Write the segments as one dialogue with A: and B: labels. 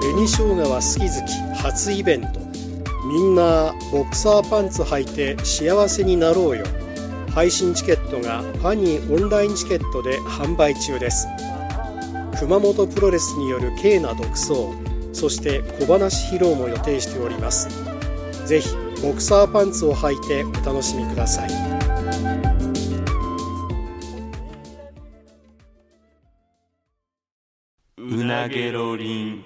A: 紅生姜は好き好き初イベントみんなボクサーパンツ履いて幸せになろうよ配信チケットがファニーオンラインチケットで販売中です熊本プロレスによる軽な独走そして小話披露も予定しておりますぜひボクサーパンツを履いてお楽しみください
B: うなげろりん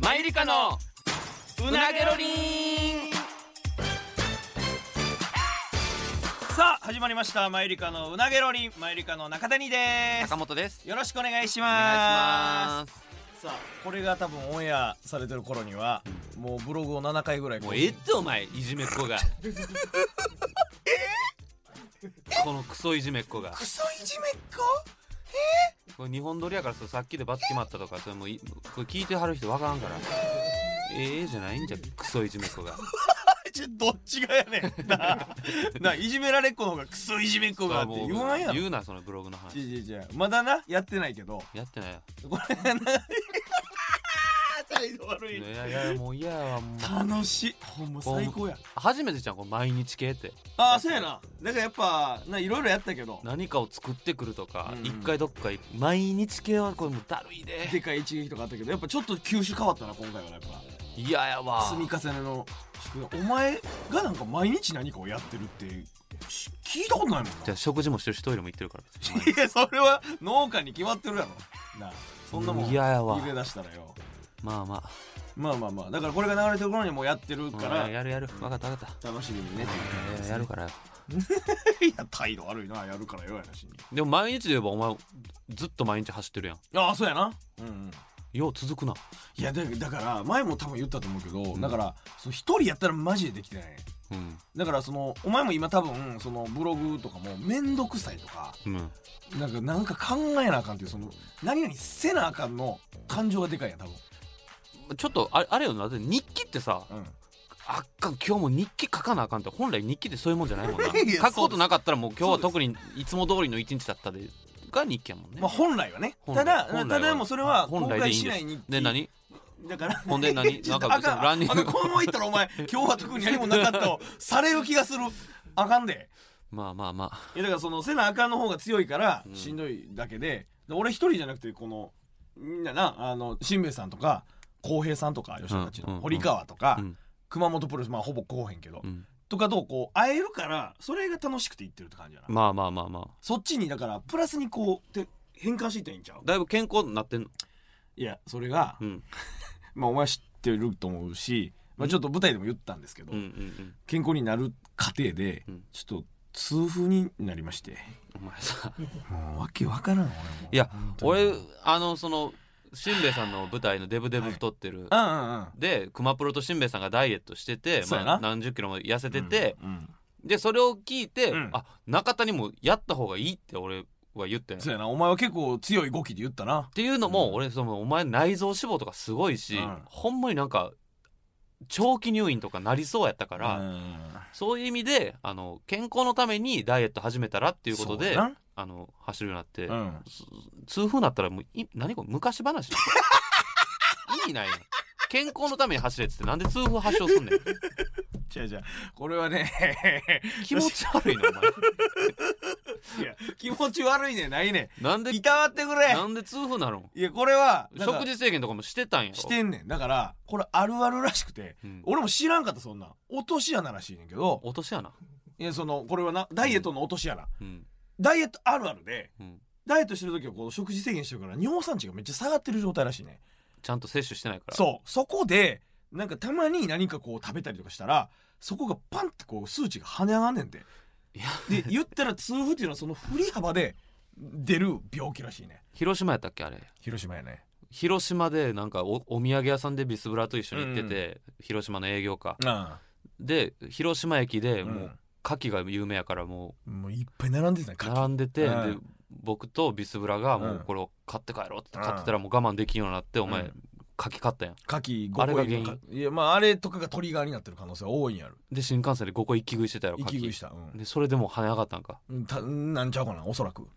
C: マイリカのうなげろりん
D: さあ始まりましたマユリカのうなげろりんマユリカの中谷です
C: 坂本です
D: よろしくお願いし
C: お
D: ま
C: 願いしますす
D: さあこれが多分オンエアされてる頃にはもうブログを7回ぐらい
C: もうええってお前いじめっ 子がこのクソいじめっ子が
D: クソいじめっ子
C: これ日本撮りやからそうさっきでバツ決まったとかそれもういこれ聞いてはる人わからんからええじゃないんじゃクソいじめっ子が
D: ちょどっちがやね んなないじめられっ子の方がクソいじめっ子がって言わんやろ
C: 言うなそのブログの話
D: 違う違う違うまだなやってないけど
C: やってないよ
D: これな 態度悪
C: い
D: い
C: やいやもう嫌やわもう
D: 楽しいほんま最高や
C: 初めてじゃんこれ毎日系って
D: ああそうやななんかやっぱないろいろやったけど
C: 何かを作ってくるとか
D: うん
C: 一、回どっか行く毎日系はこれもうだるい
D: で
C: で
D: かい一撃とかあったけどやっぱちょっと球種変わったな今回はやっぱ
C: 嫌やわ
D: 積み重ねのお前がなんか毎日何かをやってるってし聞いたことないもんな
C: じゃあ食事もしてるしトイレも行ってるから別に
D: いやそれは農家に決まってるやろなあそんなもん
C: 嫌やわ
D: 入れ出したらよ
C: まあまあ
D: まあまあまあだからこれが流れてる頃にもうやってるか
C: うん
D: ら
C: やるやる分かった分かっ
D: 楽しみにね
C: た、いややるからよ
D: いや態度悪いなやるからよやなしに
C: でも毎日で言えばお前ずっと毎日走ってるやん
D: ああそうやなうんうん
C: よう続くない
D: やだだから前も多分言ったと思うけど、だからその一人やったらマジでできてないね
C: うん
D: だからそのお前も今多分そのブログとかも面倒くさいとか
C: うん
D: なんかなんか考えなあかんっていうその何々せなあかんの感情がでかいやん多分
C: ちょっとあれあれよなだって日記ってさ
D: うん
C: あっかん今日も日記書かなあかんって本来日記ってそういうもんじゃ ないもんな
D: いや
C: 書くことなかったらもう今日は特にいつも通りの一日だったでが日記やもんね、
D: まあ本来はね
C: 本
D: た
C: 来
D: だ
C: 本来は
D: ただもうそれは
C: 本
D: 公
C: 来でい
D: 開
C: いん
D: し
C: で
D: な
C: す
D: い日
C: で何
D: 記だから
C: ほんで何
D: ちょっと
C: なんか
D: あかん
C: ランニング
D: あかんこのままいったらお前今日は特に何もなかったをされる気がするあかんで
C: まあまあまあ
D: いやだからそのせなあかんの方が強いからしんどいだけで、で俺一人じゃなくてこのみんななあの新兵衛さんとか浩平さんとか吉田たちの、
C: うんうんうん
D: 堀川とか、
C: うん
D: 熊本プロレスまあほぼ来おへんけど、
C: うん
D: とかとこう会えるからそれが楽しくていってるって感じやな、
C: まあまあまあま
D: そっちにだからプラスにこうて変換していったらいいんちゃう
C: あだいぶ健康になってんの
D: いやそれが、
C: うん
D: まあお前知ってると思うし、まあ、ちょっと舞台でも言ったんですけど、
C: うんうんうん
D: 健康になる過程で、
C: うん
D: ちょっと痛風になりまして
C: お前さ
D: もうわけわからん俺も
C: いや
D: 本当に
C: 俺あのそのしんべヱさんの舞台の「デブデブ太ってる」
D: うんうんうん
C: で熊プロとしんべヱさんがダイエットしてて、
D: そうやな
C: まあ、何十キロも痩せてて、
D: うんうん
C: でそれを聞いて、
D: うん
C: あ中田にもやった方がいいって俺は言ってんっ
D: そうやなお前は結構強い語気で言ったな
C: ていうのも、
D: うん
C: 俺そのお前内臓脂肪とかすごいし、
D: うん
C: ほんまになんか長期入院とかなりそうやったから、
D: うん
C: そういう意味であの健康のためにダイエット始めたらっていうこと
D: そう
C: で
D: やな
C: あの走るようになって、
D: うん
C: 痛風なったらもうい何これ昔話意味ないやん健康のために走れっつってなんで痛風発症すんねん
D: 違う違うこれはね
C: 気持ち悪いのお前
D: いや気持ち悪いねないね
C: なんで
D: いたわってくれ
C: なんで痛風なの
D: いやこれはなんか
C: 食事制限とかもしてたんやろ
D: してんねんだからこれあるあるらしくて
C: うん
D: 俺も知らんかったそんなん落とし穴らしいねんけど
C: 落とし穴
D: いやそのこれはなダイエットの落とし穴
C: うん
D: ダイエットあるあるで
C: うん
D: ダイエットしてる時はこう食事制限してるから尿酸値がめっちゃ下がってる状態らしいね
C: ちゃんと摂取してないから
D: そうそこでなんかたまに何かこう食べたりとかしたらそこがパンってこう数値が跳ね上がんねんて
C: いや
D: で言ったら痛風っていうのはその振り幅で出る病気らしいね
C: 広島やったっけあれ
D: 広島やね
C: 広島でなんかおお土産屋さんでビスブラと一緒に行ってて、広島の営業か
D: あ
C: で広島駅で
D: あ
C: もう牡蠣が有名やからも
D: もういっぱい並んでたね
C: う
D: 牡蠣
C: 並んでて、
D: うん
C: で僕とビスブラがも
D: うん
C: うこれを買って帰ろうって買ってたらもう我慢できんようになってお前
D: うん
C: 牡蠣買ったやん
D: 牡蠣
C: あ
D: 5
C: れ
D: 個
C: が
D: 入りの
C: 原
D: 牡蠣いやまああれとかがトリガーになってる可能性は大いにある
C: で新幹線でここ行き食いしてたよ牡
D: 息食いし
C: 蠣
D: たうん
C: でそれでもう跳ね上がったんか
D: うんたなんちゃうかなおそらく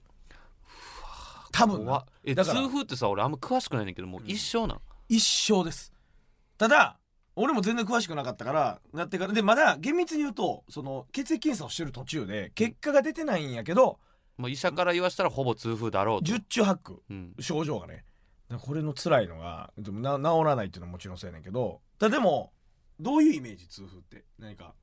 D: 多分
C: 怖っえ
D: だから
C: 痛風ってさ俺あんま詳しくないねんだけどもう一生なん、
D: 一生ですただ俺も全然詳しくなかったからなってからでまだ厳密に言うとその血液検査をしてる途中で結果が出てないんやけど
C: まあ、医者から言わしたらほぼ痛風だろうと
D: 十中八九
C: うん
D: 症状がねだからこれの辛いのがでもな治らないっていうのはもちろんそうやねんけどだでもどういうイメージ痛風って何か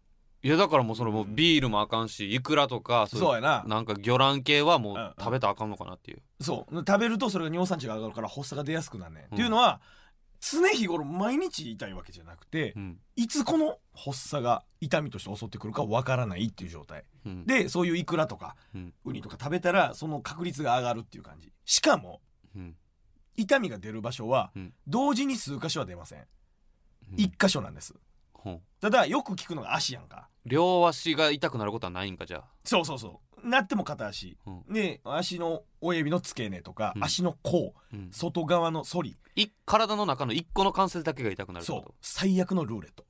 C: いやだからもうそれもうビールもあかんしいくらとかそういう
D: そうやな
C: なんか魚卵系はも
D: うんうん
C: う食べたらあかんのかなっていう
D: そう食べるとそれが尿酸値が上がるから発作が出やすくなんねん、
C: うん
D: っていうのは常日頃毎日痛いわけじゃなくて
C: うん、
D: いつこの発作が痛みとして襲ってくるかわからないっていう状態
C: うん、
D: でそういうイクラとか
C: うん
D: ウニとか食べたらその確率が上がるっていう感じしかも
C: うん
D: 痛みが出る場所は
C: うん
D: 同時に数箇所は出ません
C: うん
D: 1箇所なんです
C: ほん
D: ただよく聞くのが足やんか
C: 両足が痛くなることはないんかじゃあ
D: そうそうそうなっても片足
C: うん
D: ね足の親指の付け根とか、
C: うん
D: 足の甲
C: うん
D: 外側の反り
C: い体の中の一個の関節だけが痛くなるってこ
D: そう
C: と
D: 最悪のルーレット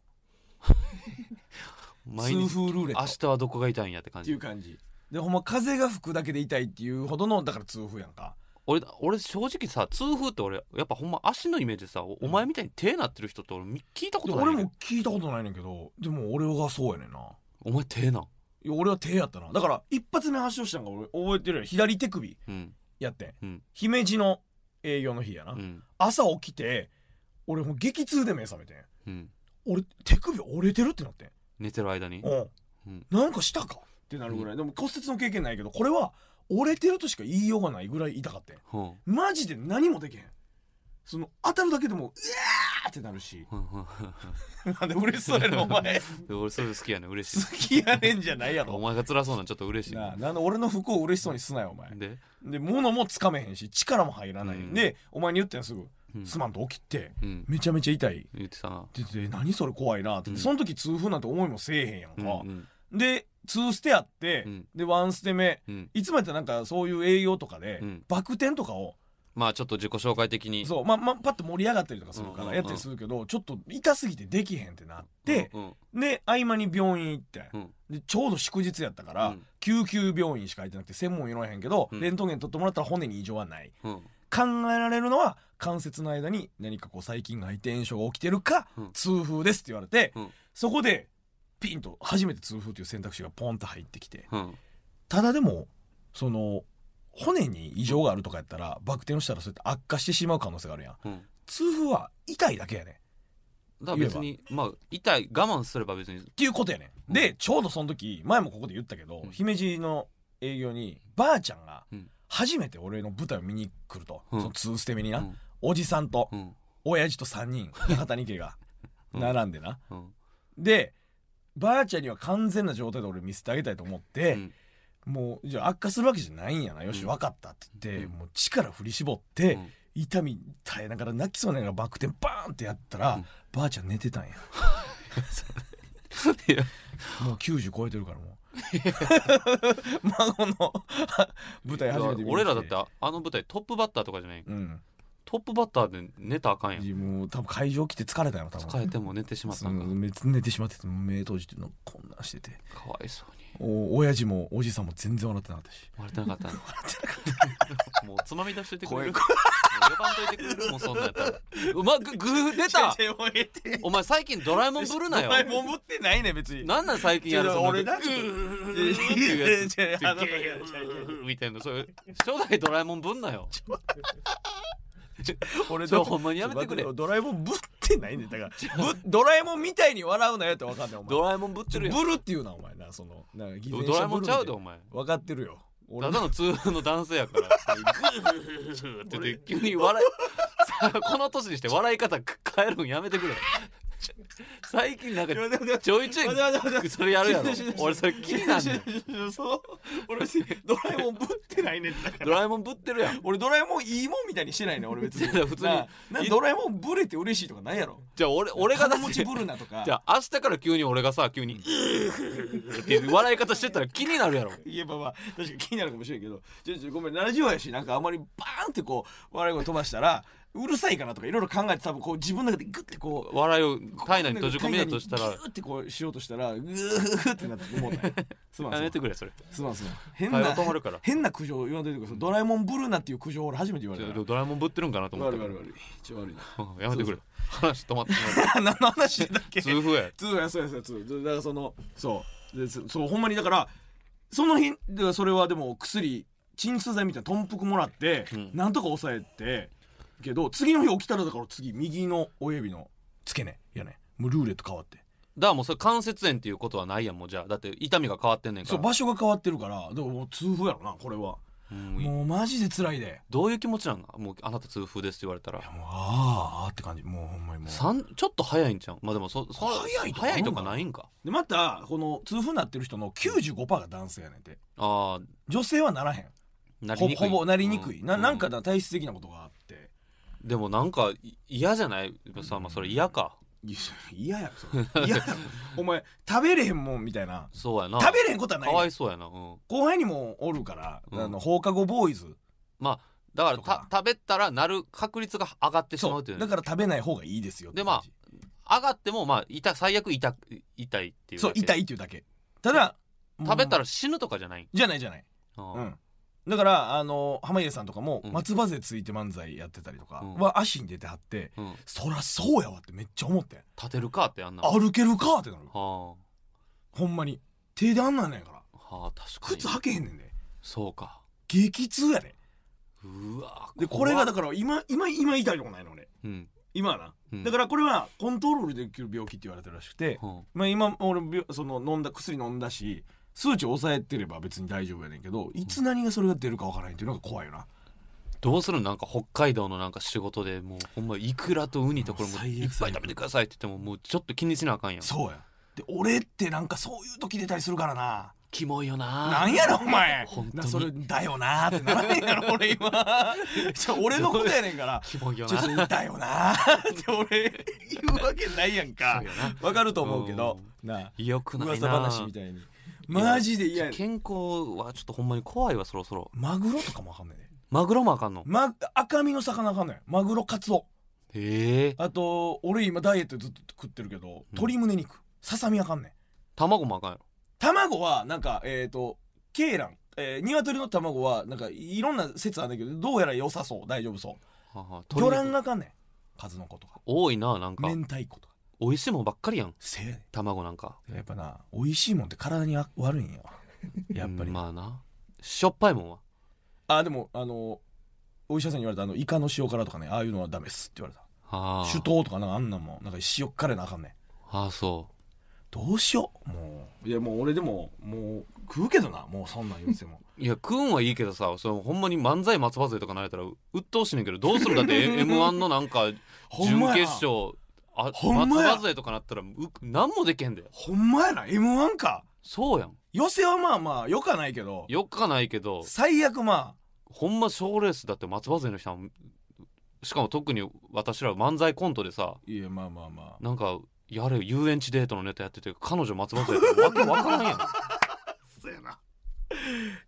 C: 毎
D: 痛
C: 日
D: 風ルーレ
C: 明
D: ッ
C: 日
D: ト
C: はどこが痛いんやって感
D: ってい
C: じ
D: う感じでほんま風が吹くだけで痛いっていうほどのだから痛風やんか
C: 俺俺正直さ痛風って俺やっぱほんま足のイメージでさおお前みたいに手なってる人って俺み聞いたこ
D: で
C: とないね
D: 俺
C: ん
D: も聞いたことないねんけどでも俺がそうやねんな
C: お前手なん
D: いや俺は手やったなだから一発目発症したんが俺覚えてるよ左手首
C: うん
D: やってん、
C: うん
D: 姫路の営業の日やな、
C: うん
D: 朝起きて俺もう激痛で目覚めてん
C: うん
D: 俺手首折れてるってなってん
C: 寝てる間に
D: うん、
C: うん
D: なんかしたかってなるぐらい、でも骨折の経験ないけどこれは折れてるとしか言いようがないぐらい痛かったん
C: ほん
D: マジで何もできへんその当たるだけでもううわーってなるし
C: ほんほん
D: なんで嬉しそうやねんお 前
C: で俺それ好きやねん嬉しい
D: 好きやねんじゃないや
C: お
D: ろ
C: 前が辛そうなんちょっと嬉しい
D: なあなんで俺の不幸を嬉しそうにすなよお前
C: で、
D: で物もつかめへんし力も入らない、
C: うん
D: でお前に言ったんすぐ、
C: うん
D: すまんと起きて
C: うん、
D: めちゃめちゃ痛い
C: 言ってたな
D: でで何それ怖いなって、
C: うん
D: その時痛風なんて思いもせえへんやんか、
C: うん
D: で2ステあって、
C: うん
D: で1ステ目
C: うん、
D: いつもやったらなんかそういう栄養とかで、
C: うん
D: バク転とかを
C: まあちょっと自己紹介的に
D: そうまあまあパッと盛り上がったりとかする
C: うん
D: か
C: うんう
D: ら
C: ん
D: やったりするけど、ちょっと痛すぎてできへんってなって、
C: うんうん
D: で合間に病院行って、
C: うん
D: でちょうど祝日やったから、
C: うん
D: 救急病院しか空いてなくて専門医のへんけど、
C: うん
D: レントゲン取ってもらったら骨に異常はない
C: うん
D: 考えられるのは関節の間に何かこう細菌が入って炎症が起きてるか、
C: うん
D: 痛風ですって言われて、
C: うん
D: そこでピンと初めて痛風という選択肢がポンと入ってきて
C: うん
D: ただでもその骨に異常があるとかやったらバク転をしたらそうやって悪化してしまう可能性があるや
C: う
D: ん
C: ん
D: 痛風は痛いだけやねんっ
C: だから別にまあ痛い我慢すれば別に
D: ていうことやねんでちょうどその時前もここで言ったけど、
C: うん
D: 姫路の営業にばあちゃんが
C: うん
D: 初めて俺の舞台を見に来ると、
C: うん
D: その痛捨て目にな、
C: うん
D: おじさんと
C: うん
D: 親父と3人 中谷家が
C: うん
D: 並んでな、
C: うん
D: でばあちゃんには完全な状態で俺見せてあげたいと思って、
C: うん
D: もうじゃあ悪化するわけじゃないんやなよし
C: うん
D: 分かったって言って、
C: うん
D: もう力振り絞って、
C: うん
D: 痛み耐えながら泣きそうにながらバク転バーンってやったら、
C: うん
D: ばあちゃん寝てたんや
C: いや
D: もう90超えてるから もう孫の 舞台初めて見に来て
C: 俺らだってああの舞台トップバッターとかじゃない
D: うん
C: トップバッターで寝たらあかんやん
D: もう多分会場来て疲れたよ多分
C: 疲れてもう寝てしまったんか
D: うん寝てしまってて目閉じてのこんなんしてて
C: かわいそうに
D: お親父もおじさんも全然笑ってなかったし
C: 割れてなかったねもうつまみ出しといてくれるも
D: 声
C: う呼ばんといてくれるもうそんなんやったらうまくグー出 た
D: 手を入れて
C: お前最近ドラえもんぶるなよ
D: お前もぶってないね別に
C: なんなん最近やる
D: ちょ
C: その
D: 俺だ
C: グーって
D: いやいや
C: いう
D: いや
C: やつ
D: いやあの
C: ゲーみたいなそういう初代ドラえもんぶんなよ
D: 俺
C: ちょほんまにやめてくれ
D: ちょドラえもんぶってないねだからぶドラえもんみたいに笑うなよって分かんないお前
C: ドラえもんぶってるやん
D: ブルっていうなお前なそのなんか偽善者
C: ドラえもんちゃうで
D: ブル
C: お
D: み
C: 前
D: たい分かってるよ俺
C: ただの通風の男性やからグーって言って急に笑いさあこの年にして笑い方変えるんやめてくれ最近なんか
D: 待って待って
C: ちょいち
D: 待って待って
C: ょ
D: 待
C: いそれやるやろ
D: ちょちょちょ
C: 俺それ気になんねん
D: そう 俺別にドラえもんぶってないねんだから
C: ドラえもんぶってるやん
D: 俺ドラえもんいいもんみたいに してないねん俺別に
C: いや普通に
D: ななんかドラえもんぶれて嬉しいとかないやろ
C: じゃあ俺俺がだ
D: 金
C: って
D: 持ちぶるなとか
C: じゃあ明日から急に俺がさ急に「うーっていう笑い方してたら気になるやろ
D: 言えばまあ確かに気になるかもしれんけどちょちょごめんラジオやしなんかあまりバーンってこう笑い声飛ばしたらうるさいかなとかいろいろ考えて多分こう自分の中でグッてこう
C: 笑いを体内に閉じ込めようとしたら
D: 体内にギューってこうしようとしたらグーってなって思うたんやすまん
C: や
D: すま
C: め
D: ん
C: てくれそれ
D: すまんすまん変
C: 会
D: な
C: 話止まるから
D: 変な苦情言わんといてくださいドラえもんブルーナっていう苦情俺初めて言われたから
C: ドラえもんぶってるんかなと思っ
D: 悪
C: た
D: い
C: け
D: 悪い
C: ど
D: 悪い一応悪いな
C: うん やめてくれ話止まってしま
D: 何の話だっけ
C: う痛風や
D: つうやそうやそうやつうだからそのそうでそそうほんまにだからその日だからそれはでも薬鎮痛剤みたいな頓服もらって、
C: うん
D: なんとか抑えてけど次の日起きたらだから次右の親指の付け根やねもうルーレット変わって
C: だからもうそれ関節炎っていうことはないやんもうじゃあだって痛みが変わってんねんか
D: そう
C: ら
D: 場所が変わってるからでももう痛風やろなこれは
C: うん
D: もうマジで辛いで
C: どういう気持ちなんもうあなた痛風ですって言われたら
D: いやもうあーあーって感じもうほんまにもう
C: さんちょっと早いんちゃうまあでもそそ
D: 早いとか
C: 早いとかないんか
D: でまたこの痛風になってる人の95%が男性やねんて
C: ああ
D: 女性はならへん
C: なり
D: ほ
C: にくい
D: ほぼなりにくい、
C: う
D: ななんかな体質的なことがあって
C: でもなんかい嫌じゃないさまあそれ嫌か
D: いや嫌やろそれ嫌やろお前食べれへんもんみたいな
C: そうやな
D: 食べれへんことはな
C: かわ
D: い
C: いそうやなうん
D: 後輩にもおるから、
C: うん
D: あの放課後ボーイズ
C: まあだから
D: とか
C: た食べたらなる確率が上がってしま
D: そう
C: っ
D: う
C: ていう
D: だから食べない方がいいですよって
C: でまあ
D: 感じ
C: 上がってもまあ痛最悪痛く痛いっていう
D: そう痛
C: い
D: いっていうだけただ
C: 食べた
D: ら
C: ら死ぬとかじゃない
D: じゃないじゃない、
C: あー
D: うん、だからあの濱家さんとかも
C: うん
D: 松葉勢ついて漫才やってたりとか
C: うん
D: は足に出てはって、
C: うん
D: そらそうやわってめっちゃ思って
C: 立てるかってあんなは
D: 歩けるかってなる
C: あ
D: ほんまに手であんなんやねんから
C: はあ確
D: 靴
C: かに
D: 履けへんねんで
C: そうか
D: 激痛やで
C: うわ
D: でこれがだ
C: か
D: から今今今痛いとこないの俺
C: らうん
D: 今はな、
C: うん
D: だからこれはコントロールできる病気って言われてるらしくて、
C: うん
D: まあ、今俺病その飲んだ薬飲んだし数値抑えてれば別に大丈夫やねんけどいつ何がそれが出るかわからないっていうのが怖いよな、
C: どうするのなんか北海道のなんか仕事でもうほんまイクラとウニとこれも
D: も
C: う
D: う最悪
C: いっぱい食べてくださいって言ってももうちょっと気にしなあかんやん
D: そうやで俺ってなんかそういう時出たりするからな
C: キモいよな
D: なんやろお前
C: ほんとに
D: なそれだよなーってならへんやろ俺今 ちょ俺のことやねんから
C: キモいよ
D: ちょ
C: な
D: っとだよなーって俺言うわけないやんか
C: そうやな
D: わかると思うけどなあ
C: よくない
D: 噂
C: な
D: 話みたいにマジで嫌や
C: 健康はちょっとほんまに怖いわそろそろ
D: マグロとかもあかんねんね、
C: マグロもあかんの
D: ま、赤身の魚あかんねんマグロカツオ
C: へえ
D: あと俺今ダイエットでずっと食ってるけど、鶏胸肉ささみあかんねん
C: 卵もあかんやろ
D: 卵はなんかえっ、ー、と鶏卵えー、鶏の卵はなんかいろんな説あるんだけどどうやら良さそう大丈夫そう
C: はあはあ
D: 魚卵
C: 鶏肉
D: があかんねん数の子とか
C: 多いななんか
D: 明太子とか
C: 美味しいもんばっかりやん
D: せやねん
C: 卵なんか
D: やっぱな美味しいもんって体にあ悪いんよ やっぱり、
C: うんまあなしょっぱいもんは
D: あでもあのお医者さんに言われたあのイカの塩辛とかねああいうのはダメっすって言われた
C: あ
D: 酒
C: ー
D: 盗とかなんかあんなんもなんか塩辛なあかんねん
C: あーそ
D: どうしようもういやもう俺でももう食うけどなもうそんなん言うても
C: ういや食うんはいいけどさそのほんまに漫才松葉勢とかなれたらう鬱陶しいねんけどどうするだって m 1のなんか
D: ほん
C: 準
D: まや
C: 決勝あ
D: ほんまや
C: 松葉勢とかなったらう何もでけんで
D: ほんまやな m 1か
C: そうやん
D: 寄せはまあまあよかないけど
C: よくはないけど
D: 最悪まあ
C: ほんま賞レースだって松葉勢の人はしかも特に私ら漫才コントでさ
D: いやまあまあまあ
C: なんかやれよ遊園地デートのネタやってて彼女松葉勢ってわけわからん やん
D: そうや な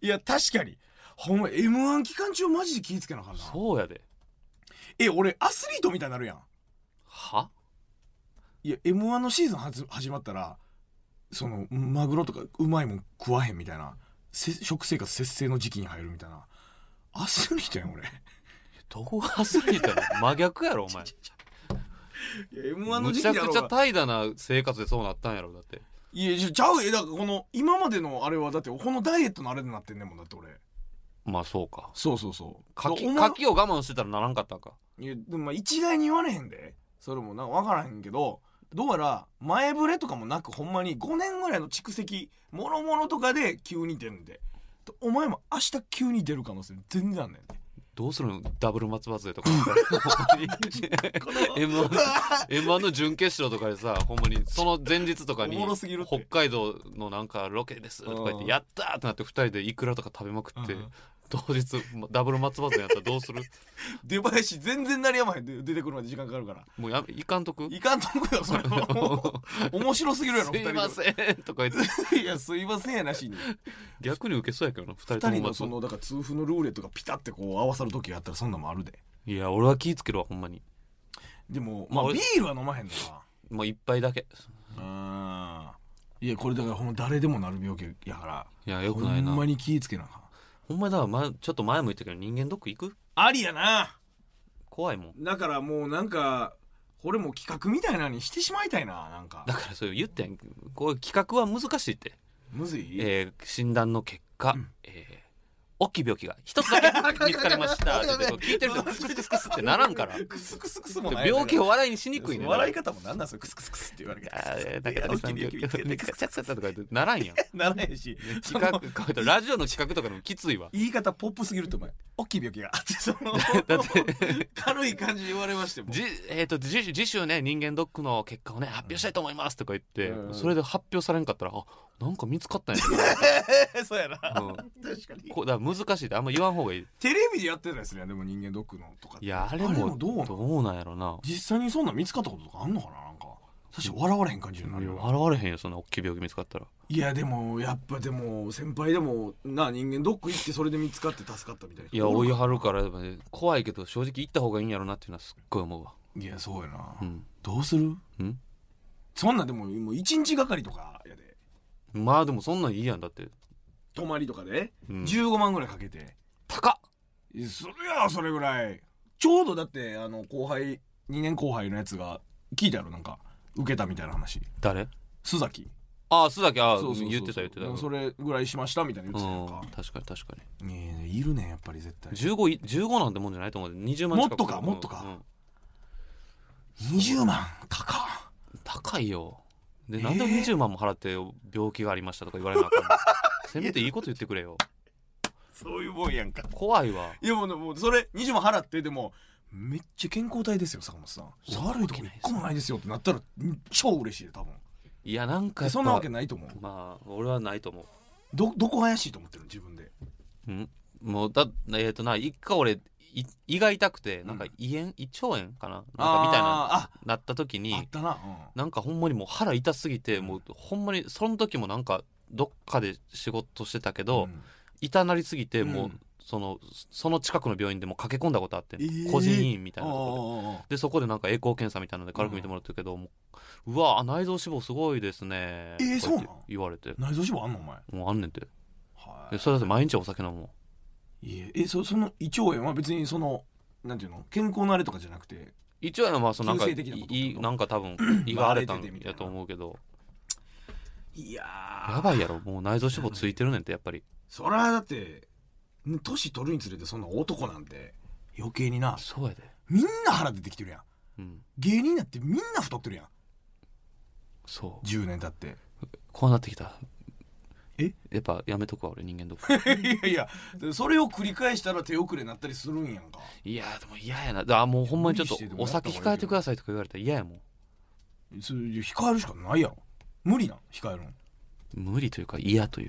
D: いや確かにほんま m 1期間中マジで気ぃつけなあかんな
C: そうやで
D: え俺アスリートみたいになるやん
C: はい
D: や m 1のシーズンはじ始まったらそのマグロとかうまいもん食わへんみたいなせ食生活節制の時期に入るみたいなアスリートやん俺
C: どこがアスリー トやねん真逆やろお前
D: いや m
C: むちゃくちゃ怠惰な生活でそうなったんやろだって
D: いやちゃちゃうえだからこの今までのあれはだってこのダイエットのあれになってんねんもんだって俺
C: まあそうか
D: そうそうそう
C: 柿
D: お前
C: 柿を我慢してたらならんかったんか
D: いやでもまあ一概に言われへんでそれもなんか分からへんけどどうやら前触れとかもなくほんまに5年ぐらいの蓄積もろもろとかで急に出るんでとお前も明日急に出る可能性全然あんねんね
C: どうするのダブル松葉勢 とか m 1 m 1の準決勝とかでさほんまにその前日とかに
D: おもろすぎるって
C: 北海道のなんかロケですとか言っ
D: う
C: て
D: ん
C: やったーってなって2人でイクラとか食べまくって
D: うん
C: 当日ダブル松葉勢やったらどうする
D: 出囃子全然鳴りやまへんで出てくるまで時間かかるから
C: もうやめいかんとく
D: いかんと思うよそれは もう面白すぎるやろ
C: す
D: 二人
C: いませんとか言って
D: んいやすいませんやなしに
C: 逆に受けそうやけどな2人
D: 二
C: とも
D: 人の
C: 松
D: そ
C: 葉
D: のだから痛風のルーレットがピタってこう合わさる時があったらそんなんもあるで
C: いや俺は気ぃつけるわほんまに
D: でもまあ
C: 俺
D: ビールは飲まへんの
C: もう一杯だけ
D: なうんいやこれだからほんま誰でもなる病気やから
C: いやよくないな
D: ほん
C: ほ
D: ま
C: ん
D: に気ぃつけなあかん
C: まだ、ま、ちょっと前も言ったけど人間ドック行く
D: ありやな
C: 怖いもん
D: だからもうなんかこれも企画みたいなのにしてしまいたいななんか
C: だからそう言ってんこういう企画は難しいって、
D: むずい
C: えー診断の結果、
D: うん
C: えー大きい病気が一つだ け見つかりましたって言って聞いてるとクスクスクスクスってならんから
D: クスクスクスもない
C: 病気を笑いにしにくいね
D: 笑い方もなんなんそれクスクスクスって言われる
C: あー
D: な
C: なんん
D: か
C: か
D: 大
C: 大
D: き
C: さん
D: い
C: 病
D: 病気
C: 気
D: 言
C: が
D: って
C: 見つかっちゃったとかならん やん
D: ならへんしそ
C: 企画
D: の
C: こうラジオの企画とかのきついわ
D: 言い方ポップすぎるとお前大きい病 気がってその
C: だって
D: 軽い感じで言われま しても
C: じ、えー、と次週次週ね人間ドックの結果をね発表したいと思いますとか言って、
D: うん
C: それで発表されんかったらあなんか見つかったんや
D: そうやな
C: けど、うん、
D: 確かに
C: こうだから難しいってあんま言わん方がいい
D: テレビでやってたですねでも人間ドックのとかって
C: いやあれも
D: どうなの
C: どうなんやろな
D: 実際にそんなん見つかったこととかあんのかななんか確かに笑われへん感じになるよな
C: 笑われへんよそんな大きい病気見つかったら
D: いやでもやっぱでも先輩でもな人間ドック行ってそれで見つかって助かったみたいない
C: や追い
D: や
C: はるから、ね、怖いけど正直行った方がいいんやろなっていうのはすっごい思うわ
D: いやそうやな、
C: うん
D: どうする
C: うん
D: そんなんでももう一日がかりとかやで
C: まあでもそんなんいいやんだって、
D: 泊まりとかで
C: うん、
D: 15万ぐらいかけて、
C: 高っ
D: いやそれやそれぐらいちょうどだってあの後輩2年後輩のやつが聞いたやろなんか受けたみたいな話
C: 誰
D: 須崎
C: ああ須崎ああ
D: そうそうそうそう
C: 言ってた言ってた
D: でもそれぐらいしましたみたいな言ってたやんか
C: うん、確かに確かに
D: ねえいるねやっぱり絶対
C: 15い15なんてもんじゃないと思うで20万近く
D: もっとかもっとか
C: うんうん
D: 20万かか
C: 高いよで、
D: えー
C: なんで20万も払って病気がありましたとか言われなあ かんのせめていいこと言ってくれよ
D: そういうもんやんか
C: 怖いわ
D: いやもうねもうそれ20万払ってでもめっちゃ健康体ですよ坂本さん
C: そんなわけ
D: 悪いとこ一個もないですよってなったら超嬉しいで多分
C: いやなんかやっぱ
D: そんなわけないと思う
C: まあ俺はないと思
D: どどこ怪しいと思ってるの自分で
C: ううんもうだえっ、とな一回俺い胃が痛くてなんか
D: う
C: 胃炎胃腸炎かななんかみたいな
D: あ
C: なった時
D: ーああっ
C: に
D: たな、
C: なんかほんまにもう腹痛すぎてもうほんまにその時もなんかどっかで仕事してたけ
D: うん
C: ど、
D: うん
C: 痛なりすぎてもう、
D: うん
C: そのその近くの病院でもう駆け込んだことあってん、
D: えー
C: 個人医院みたいなとこで
D: ああああ
C: でそこでなんか栄光検査みたいなので軽く見てもらってるけど、もううわあ内臓脂肪すごいですね
D: えー
C: とか言って
D: そうなん
C: 言われて
D: 内臓脂肪あんのお前
C: もうあんねんて
D: は
C: でそれだって毎日お酒飲むもん
D: いいええそその胃腸炎は別にそのなんていうの健康のあれとかじゃなくて
C: 一応まあそのなんか
D: 急性的なことって
C: い
D: こと
C: なんか多分胃が荒れた
D: まあ荒れててみ
C: ん
D: たい
C: や
D: な
C: と思うけど
D: いやー
C: やばいやろもう内臓脂肪ついてるねんてやっぱり
D: それはだってね年取るにつれてそんな男なんて余計にな
C: そうやで
D: みんな腹出てきてるやん
C: うん
D: 芸人だってみんな太ってるやん
C: そう
D: 10年経って
C: こうなってきた
D: え
C: やっぱやめとくわ俺人間ドック
D: いやいやそれを繰り返したら手遅れになったりするんやんか
C: いやーでも嫌やなだあもうほんまにちょっと
D: 無理してでも
C: お
D: やった方
C: 酒
D: がいいよ
C: 控えてくださいとか言われたら嫌やもん
D: それ控えるしかないやろ無理なん控えるの
C: 無理というか嫌とい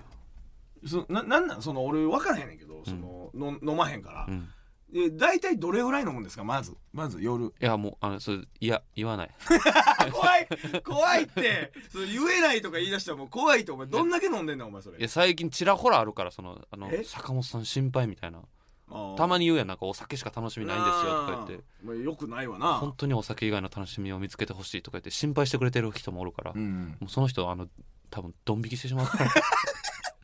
C: う、
D: そななんなんその俺分からへんねんけどその、の飲まへんから
C: う、ん、
D: え大体どれぐらい飲むんですかまずまず夜
C: いやもうあのそれいや言わない
D: 怖い怖いってそれ言えないとか言い出したらもう怖いってお前どんだけ飲んでんねんお前そ
C: いや
D: れ
C: 最近ちらほらあるからそのあの
D: え
C: 坂本さん心配みたいなたま
D: に
C: に言うやんなんかお酒しか楽しみないんですよとか言って
D: 言ってよくないわな
C: 本当にお酒以外の楽しみを見つけてほしいとか言って心配してくれてる人もおるから、
D: う
C: も
D: ん
C: うその人あの多分ドン引きしてしま うから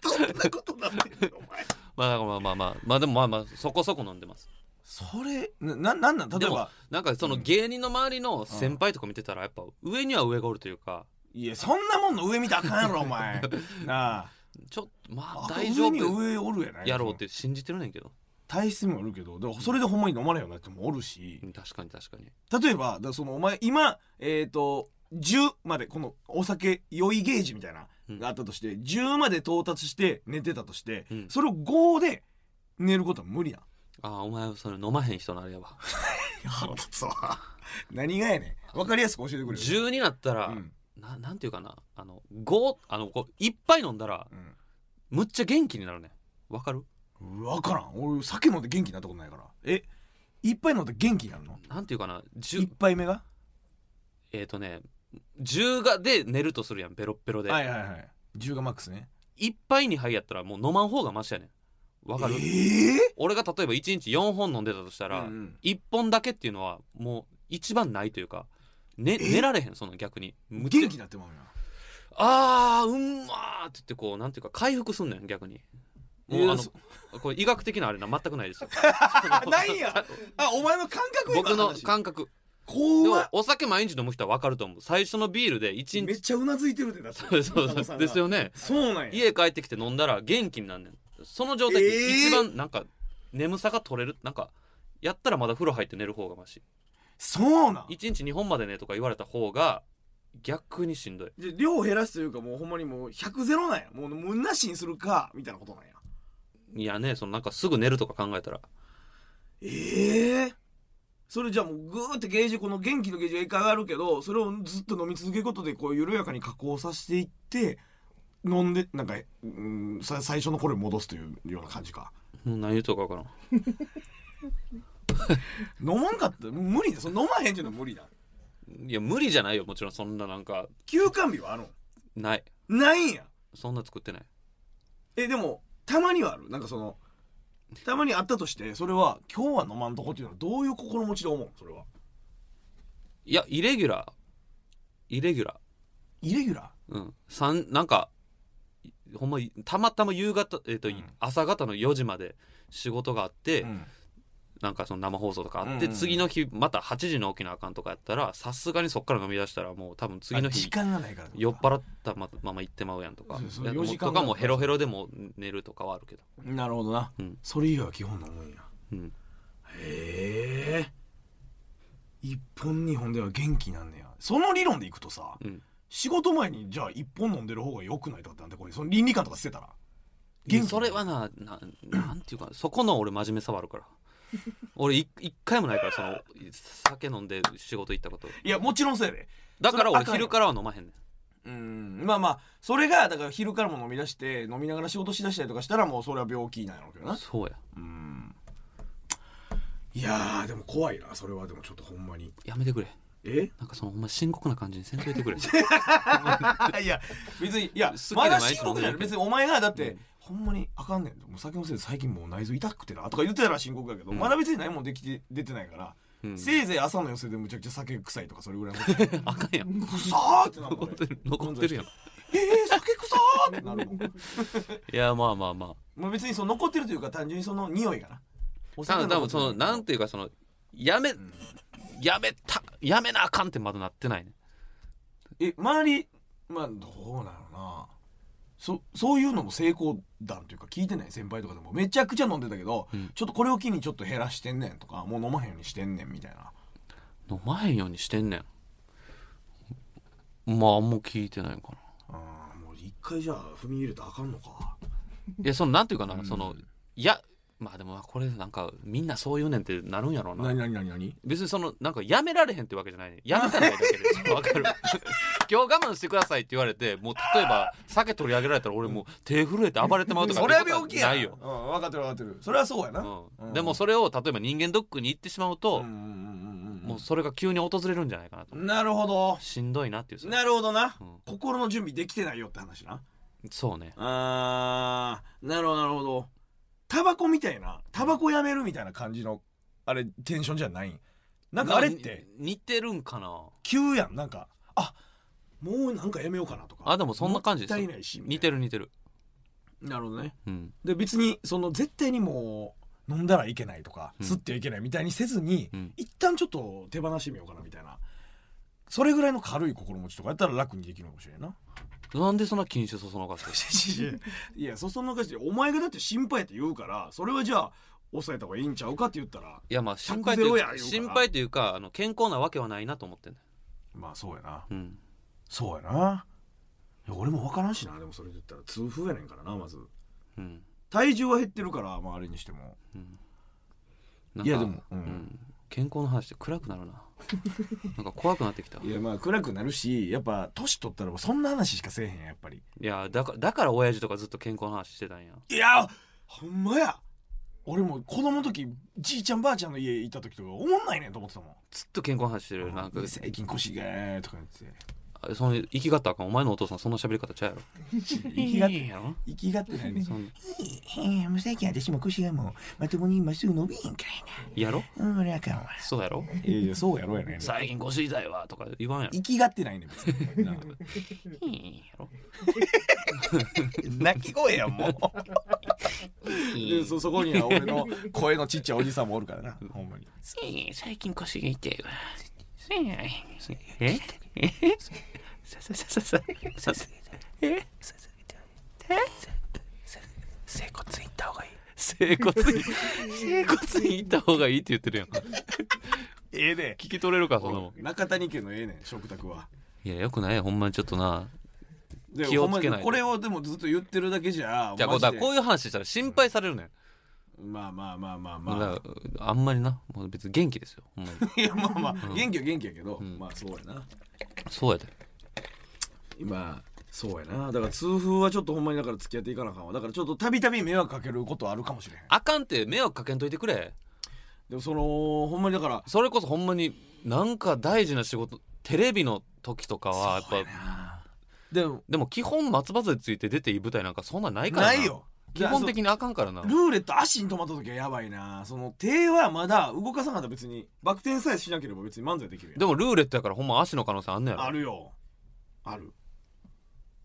D: どんなことなってんのお前
C: まあだからまあまあまあまあでもまあまあそこそこ飲んでます
D: それなななんなん例え
C: でも
D: ば
C: なんかその芸人の周りの先輩とか見てたらやっぱ上には上がおるというか
D: いやそんなもんの上見たらあかんやろお 前な
C: ちょっとま
D: あ
C: あ大丈
D: 上に
C: 夫
D: 上おるやない
C: やろうって信じてるねんけど
D: 体質にもよるけどだからそれでほんまに飲まれへんようになってもおるし
C: うん確かに確かに
D: 例えばだからそのお前今えっ、と10までこのお酒酔いゲージみたいな
C: うん
D: があったとして、10まで到達して寝てたとして、
C: うん
D: それを5で寝ることは無理なん
C: ああお前それ飲まへん人のあれや わ
D: いや腹立つわ 何がやねん分かりやすく教えてくれよ
C: 10になったら、
D: うん
C: ななんていうかなあの5あのこういっぱい飲んだら
D: うん
C: むっちゃ元気になるねわかる
D: 分からん俺酒飲んで元気になったことないからえ一杯飲んで元気になるの
C: なんていうかな
D: 一
C: 10
D: 杯目が
C: えっ、とね10がで寝るとするやんペロッペロで、
D: はいはいはい10がマックスね
C: い、っぱい2杯やったらもう飲まん方がマシやねんわかる、
D: え
C: 俺が例えば1日4本飲んでたとした
D: え
C: ら、
D: うんうん
C: 1本だけっていうのはもう一番ないというか、ね、
D: え
C: 寝られへんその逆にむっちゃ
D: 元気になってまうよな
C: あーうんまーって言ってこうなんていうか回復すんのよ逆にもうあ
D: いやそ
C: のこれ医学的なあれな全くないですよ
D: ないんやあお前の感覚 今
C: 僕の
D: 話
C: 感覚で
D: 怖
C: も
D: っ
C: お酒毎日飲む人は分かると思う最初のビールで1
D: めっ
C: 日
D: ちゃうなずいてるでだって
C: そうそうそうですよね
D: そうなんや
C: 家帰ってきて飲んだら元気になんねんその状態
D: え
C: で
D: ー
C: 一番なんか眠さが取れるなんかやったらまだ風呂入って寝る方がマシ
D: そうなん
C: 1日2本までねとか言われた方が逆にしんどい
D: じゃあ量を減らすというかもうほんまにもう100ゼロなんやもうむなしにするかみたいなことなんや
C: いやねそのなんかすぐ寝るとか考えたら
D: ええそれじゃあもうグーってゲージこの元気のゲージが一回上がるけどそれをずっと飲み続けることでこう緩やかに加工させていって飲んでなんか、うん、さ最初の頃に戻すというような感じか
C: もう何言うとか分からん
D: 飲まんかったら無理だその飲まへんっていうのは無理だ
C: いや無理じゃないよもちろんそんななんか
D: 休館日はある
C: ない
D: んないんや
C: そんな作ってない
D: えでもたまにはあるなんかそのたまにあったとしてそれは今日は飲まんとこっていうのはどういう心持ちで思うそれはい
C: やイレギュラーイレギュラ
D: イレギュラ
C: ーうん三なんかいほんまいたまたま夕方、えっと
D: うん
C: 朝方の4時まで仕事があって、
D: ー、
C: なんかその生放送とかあって、
D: うんうんうん
C: 次の日また8時に起きなあかんとかやったらさすがにそっから飲み出したらもう多分次の
D: あ
C: 日
D: 時間がないから
C: 酔っ払ったまま行ってまうやんとか
D: そうそう
C: いや
D: 4時間
C: とかもうヘロヘロでも寝るとかはあるけど
D: なるほどな、
C: うん
D: それ以外は基本飲むんや
C: うん
D: へえ一本二本では元気なんねやその理論でいくとさ、
C: うん
D: 仕事前にじゃあ一本飲んでる方が良くないとかってなんてこれその倫理観とか捨てたら元気
C: それはなななんていうかそこの俺真面目さはあるから 俺い一回もないからその酒飲んで仕事行ったこと
D: いやもちろんそうやで
C: だから
D: それあ
C: 俺
D: かんよ
C: 昼からは飲まへんねん
D: うんまあまあそれがだから昼からも飲み出して飲みながら仕事しだしたりとかしたらもうそれは病気なんやろうけどな
C: そうや
D: うんいやーでも怖いなそれはでもちょっとほんまに
C: やめてくれ
D: え
C: なんかそのほんま深刻な感じにせんといてくれ
D: いや別にいや
C: 好きで
D: まだ
C: 毎日
D: 深刻じゃ
C: 飲んでるけど
D: ない別にお前がだって、
C: うん
D: ほんまにあかんねんもう酒のせいで最近もう内臓痛くてなとか言ってたら深刻やけど、
C: うん
D: まだ別に何もできて出てないから、
C: うん
D: せいぜい朝の寄せでむちゃくちゃ酒臭いとかそれぐらいのこと
C: あかんやん
D: くさーってなる
C: 残
D: も
C: っ
D: んね
C: てる残ってるやんい
D: えー、酒臭ーってなるもん
C: やまあまあまあ
D: まあ別にその残ってるというか単純にその匂いがなお
C: 多分多分そのなんんていうかそのやめ、
D: ん
C: やめたやめなあかんってまだなってないね
D: え周りまあどうなのなそそういうのも成功談というか聞いてない先輩とかでもめちゃくちゃ飲んでたけど、
C: うん
D: ちょっとこれを機にちょっと減らしてんねんとかもう飲まへんようにしてんねんみたいな
C: 飲まへんようにしてんねんまああんま聞いてないかな
D: うんもう一回じゃあ踏み入れたらあかんのか
C: いやそのなんていうかな、
D: うん
C: そのいやまあでもこれなんかみんなそう言うねんってなるんやろうな
D: 何何何何
C: 別にそのなんかやめられへんってわけじゃないねやめたらいいだけでそのわか る今日我慢してくださいって言われてもう例えば酒取り上げられたら俺もう手震えて暴れてまうとか
D: それは病気や
C: ないよ、
D: うん、分かってる分かってるそれはそうやな、
C: う、
D: うんん
C: でもそれを例えば人間ドックに行ってしまう
D: う
C: と
D: ん、うんうん
C: もうそれが急に訪れるんじゃないかなと
D: う
C: 思
D: んなるほど
C: うしんどいなっていうそれ
D: なるほどな、
C: うん
D: 心の準備できてないよって話な
C: そうね
D: あーなるほどなるほどタバコみたいなタバコやめるみたいな感じのあれテンションじゃないんなんかあれって
C: に似てるんかな
D: 急やんなんかあもうなんかやめようかなとか
C: あでもそんな感じです
D: もったいないしみたいな
C: 似てる似てる
D: なるほどね
C: うん
D: で別にその絶対にもう飲んだらいけないとか、
C: うん
D: 吸ってはいけないみたいにせずに、
C: うん
D: 一旦ちょっと手放してみようかなみたいなそれぐらいの軽い心持ちとかやったら楽にできるかもしれんな
C: なんでそんな禁酒そそのか す
D: いやそそんな感じでお前がだって心配って言うからそれはじゃあ抑えた方がいいんちゃうかって言ったら
C: いやまあ心配という
D: 100や
C: か
D: 言うから
C: 心配というかあの健康なわけはないなと思ってんね、
D: まあそうやな
C: うん、
D: そうやないや俺も分からんしなでもそれで言ったら痛風やねんからなまず
C: うん
D: 体重は減ってるからまああれにしても
C: うんなんか
D: いやでも
C: う
D: う
C: んん健康の話って暗くなる ななんか怖くなってきた
D: い
C: い
D: やまあ暗くなるしやっぱ年取ったらそんな話しかせえへんやっぱり
C: やだかだから親父とかずっと健康の話してたんや
D: いやほんまや俺も子供の時じいちゃんばあちゃんの家行った時とかおもんないねんと思ってたもん
C: ずっと健康の話してるよなんか
D: 最近腰がーとか言って
C: その生き方あかんお前のお父さんそんな喋り方ちゃう やろ
D: 生きが
C: やろ
D: 生きがってないね
C: そんな
D: ええもう最近私も腰がもうまともにまっすぐ伸びへんか
C: やろ
D: らなうん俺あかんわ
C: そうやろ
D: いやいやそうやろうやね
C: 最近腰痛いわとか言わんやろ
D: 生きがってないね別にな
C: うんやろ
D: 泣き声やんもうでそそこには俺の声のちっちゃいおじさんもおるからなほんまに
C: 最近腰が痛いわええさささささささえささ
D: 整骨行った方がいい
C: 整骨院整骨院行った方がいいって言ってるやん
D: ええで
C: 聞き取れるかそんなもん
D: 中谷家のええねん食卓はい
C: やよくないよほんまにちょっとな
D: で
C: 気をつけないと
D: ほんまにこれをでもずっと言ってるだけじゃ
C: じゃあこ
D: マ
C: う
D: ジ
C: だ
D: で
C: こういう話したら心配されるねん
D: まあまあまあまあ
C: まあ、
D: ま
C: だからあんまりなもう別に元気ですよほんまに
D: あいやまあまあ元気は元気やけど
C: ん
D: まあそうやな
C: そうやで
D: 今そうやなだから痛風はちょっとほんまにだから付き合っていかなあかんわだからちょっとたびたび迷惑かけることあるかもしれへん
C: あかんって迷惑かけんといてくれ
D: でもそのほんまにだから
C: それこそほんまになんか大事な仕事テレビの時とかはやっぱ
D: でも
C: でも基本松葉杖ついて出ていい舞台なんかそんなんないからな
D: ないよ
C: 基本的にあかんからな
D: ルーレット足に止まった時はやばいなその手はまだ動かさなかったら別にバク転さえしなければ別に漫才できるやん
C: でもルーレットやからほんま足の可能性あんねや
D: あ
C: ろ
D: るよある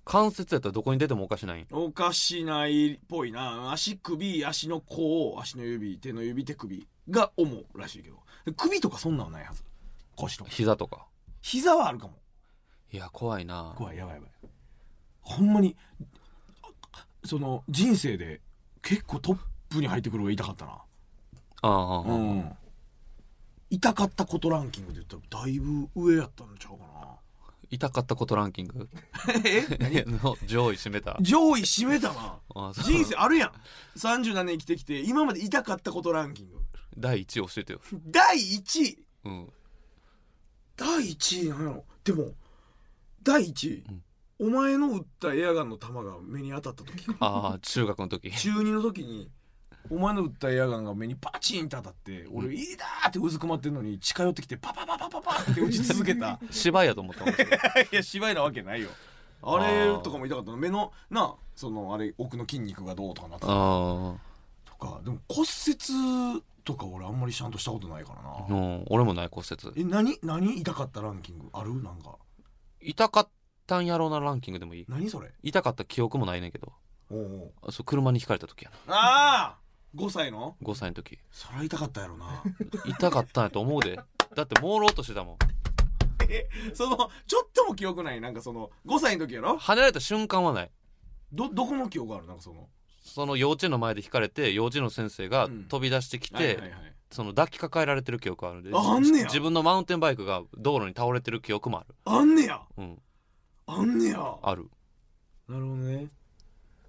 C: 関節やったらどこに出てもおかしないん
D: おかしないっぽいな足首足の甲足の指手の指手首が主らしいけどで首とかそんなのないはず腰とか
C: 膝とか
D: 膝はあるかも
C: いや怖いな
D: 怖いやばいやばいほんまにその人生で結構トップに入ってくるが痛かったな
C: ああ、ああ
D: うん痛かったことランキングで言ったらだいぶ上やったんちゃうかな
C: 痛かったことランキング の上位占めた
D: 上位占めた な
C: あそう
D: 人生あるやん37年生きてきて今まで痛かったことランキング
C: 第1位教えてよ、
D: 第1位
C: うん、
D: 第1位なんやろでも第1位、お前の撃ったエアガンの弾が目に当たった時か
C: ああ中学の時
D: 中2の時にお前の撃ったエアガンが目にパチンと当たって俺「いいだ!」ってうずくまってんのに近寄ってきてパパパパパパって撃ち続けた
C: 芝居やと思ったもんそれ
D: いや芝居なわけないよあれとかも痛かったの目のなあそのあれ奥の筋肉がどうとかなってた
C: あ
D: とかでも骨折とか俺あんまりちゃんとしたことないから
C: あ、
D: な、
C: うん、俺もない骨折
D: え何何痛かったランキングあるなんか
C: 痛かったんやろうなランキングでもいい
D: 何それ
C: 痛かった記憶もないねんけど
D: おうおう
C: あそう車にひかれた時やな
D: ああ5歳の
C: 5歳の時
D: そりゃ痛かったやろな
C: 痛かったんやと思うでだって朦朧としてたもん
D: そのちょっとも記憶ないなんかその5歳の時やろ
C: 離れた瞬間はない
D: どどこの記憶あるなんかその
C: その幼稚園の前でひかれて幼稚園の先生が
D: うん
C: 飛び出してきて、
D: はいはいはい
C: その抱きかかえられてる記憶あるんで
D: ああんねや
C: 自分のマウンテンバイクが道路に倒れてる記憶もある
D: あんねや
C: うん
D: あんねや
C: ある
D: なるほどね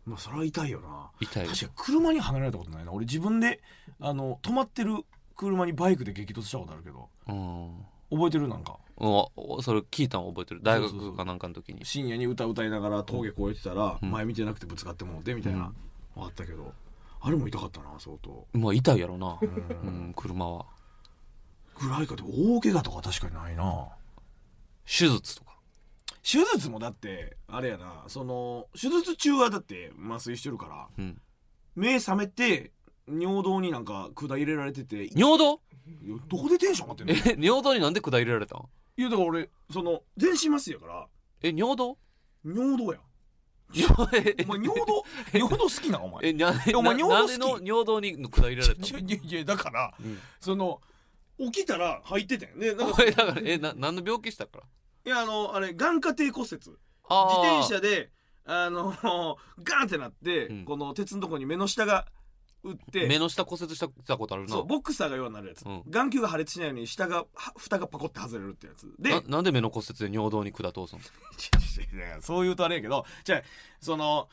D: まあそりゃ痛いよな
C: 痛い
D: 確かに車に離れたことないな俺自分であの止まってる車にバイクで激突したことあるけど
C: うん
D: 覚えてるなんか
C: うんおおそれ聞いたの覚えてる大
D: そうそう
C: 学
D: そ
C: かなんかの時に
D: 深夜に歌歌いながら峠越えてたら
C: うん
D: 前見てなくてぶつかってもうてみたいな、あったけどあれも痛かったな相当
C: まあ痛いやろな、
D: ん
C: うん、車は
D: ぐらいかで大怪我とか確かにないな
C: 手術とか
D: 手術もだってあれやなその手術中はだって麻酔してるから
C: うん
D: 目覚めて尿道になんか管入れられてていや
C: 尿道
D: どこでテンション上がってんの
C: え
D: い
C: 尿道になんで管入れられたん
D: やだから俺その全身麻酔やから
C: え尿道
D: 尿道やお前尿 道尿道好きなお前
C: えな
D: やお前
C: な
D: 尿
C: なん
D: 道好き
C: での尿道に管入れられた
D: いや
C: の
D: いやいやだから
C: うん
D: その起きたら入ってたよねなんか
C: お前だから えな何の病気したから
D: いやあのあれ眼下底骨折自
C: あー
D: 転車であの ガンってなって、
C: うん
D: この鉄のとこに目の下が打って
C: 目の下骨折したしたことあるな
D: そうボックサーがようになるやつ、
C: うん
D: 眼球が破裂しないように下がは蓋がパコって外れるってやつで
C: ななんで目の骨折で尿道に管通すの
D: そう言うとあれやけどじゃあその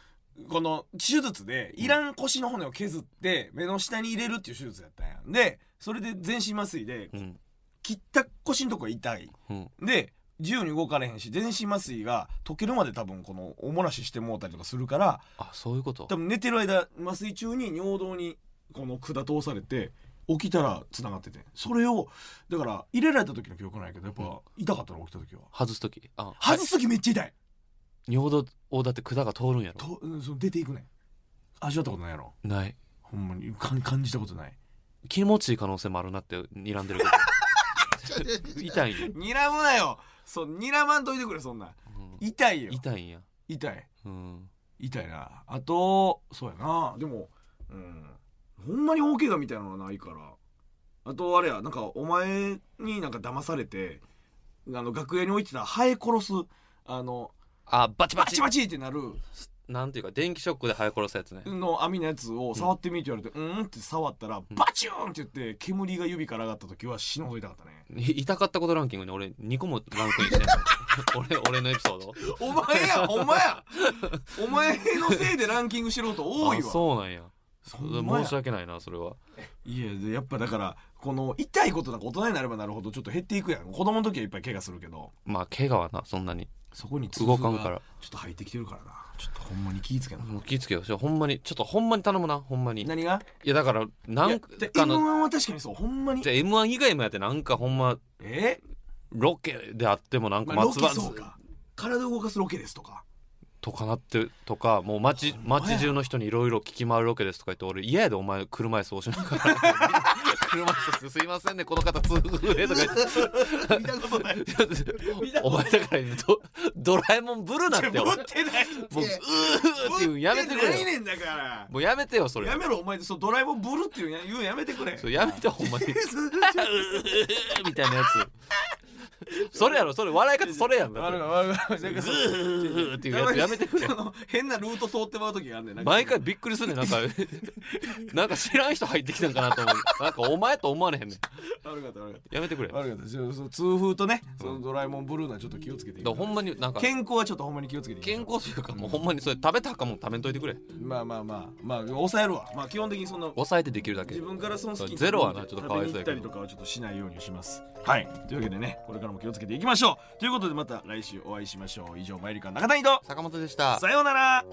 D: この手術でいらん腰の骨を削って目の下に入れるっていう手術やったんやでそれで全身麻酔で
C: うん
D: 切った腰のとこが痛い
C: うん
D: で自由に動かれへんし全身麻酔が溶けるまで多分このおもらししてもうたりとかするから
C: あそういうこと
D: 多分寝てる間麻酔中に尿道にこの管通されて起きたら繋がっててそれをだから入れられた時の記憶ないけどやっぱ痛かったの起きた時は
C: 外す時あ
D: 外す時めっちゃ痛い
C: 尿道をだって管が通るんやろ
D: とうんその出ていくねん味わったことないやろ
C: ない
D: ほんまにかん感じたことない
C: 気持ちいい可能性もあるなって睨んでるけ ど 痛いね、
D: 睨むなよそう睨まんといてくれそんな
C: うん
D: 痛いよ
C: 痛いんや
D: 痛い
C: うん
D: 痛いなあとそうやなでもうんほんまに大怪我みたいなのはないからあとあれやなんかお前になんか騙されてあの楽屋に置いてたハエ殺すあの
C: あバチバ
D: バ
C: チ
D: チバチってなる
C: なんていうか電気ショックで早殺すやつね
D: の網のやつを触ってみって言われてうん、って触ったらバチューンって言って煙が指から上がった時は死のほど痛かったね
C: い痛かったことランキングに俺2個もランクインし てない俺俺のエピソード
D: お前 やお前やお前のせいでランキングしろと多い
C: あ
D: わ
C: そうなんや
D: そんまや
C: 申し訳ないなそれはい
D: やでやっぱだからこの痛いことなんか大人になればなるほどちょっと減っていくやん子供の時はいっぱい怪我するけど
C: まあ怪我はなそんなに
D: そこに痛
C: 動かんから
D: ちょっと入ってきてるからなちょっとほんまに気ぃつけな、
C: もう気ぃつけよほんまにちょっとほんまに頼むなほんまにい
D: 何が
C: やだから
D: い
C: な
D: や
C: ん
D: で
C: か
D: m
C: の
D: 1は確かにそうほんまに
C: じゃ m 1以外もやってなんかほんま
D: え
C: ロケであってもなんか
D: まあ、ロ
C: 松
D: ケ
C: 葉
D: そうか体動かすロケです とか
C: とかなってとかもう街
D: ほんまや
C: 街中の人にいろいろ聞き回るロケですとか言って俺嫌やでお前車椅子押しな がら車椅子押してすいませんねこの方痛風でとか言って
D: 見たことない
C: お前だからドドラえもんブルなって
D: 持
C: お
D: っ
C: 前
D: てないって
C: もううーっていうのやめてく
D: 持ってない
C: れよ
D: ねんだから
C: もうやめてよそれ
D: やめろお前そのドラえもんブルっていうのや言うのやめてくれ
C: そう やめてほんまに うーみたいなやつそれやろそれ笑い方それやんだっ
D: 悪い
C: て
D: 悪い悪いなんかそう
C: うーっていうやつやめてくれ
D: たまにあの変なルート通ってまう時があんねんなんか
C: 毎回びっくりすんねんなんか なんか知らん人入ってきたんかなと思うなんかお前と思われへんねん
D: 悪かった悪かっ
C: やめてくれ
D: た悪かったそうそう痛風とねそのドラえもんブルーなちょっと気をつけてい
C: だ
D: い
C: からほんまになんか
D: 健康はちょっとほんまに気をつけていい
C: 健康というかもうほんまにそれ食べたかも食べんといてくれ
D: まあまあまあまあ抑えるわまあ基本的にそんな
C: 抑えてできるだけ
D: 自分からその好きに
C: ゼロはなちょっとかわいそうやけ
D: 食べに行ったりと
C: ど
D: かはちょっとしないようにしますはいというわけでねこれからも気をつけていきましょうということでまた来週お会いしましょう以上マイリカの中谷と
C: 坂本でした
D: さようなら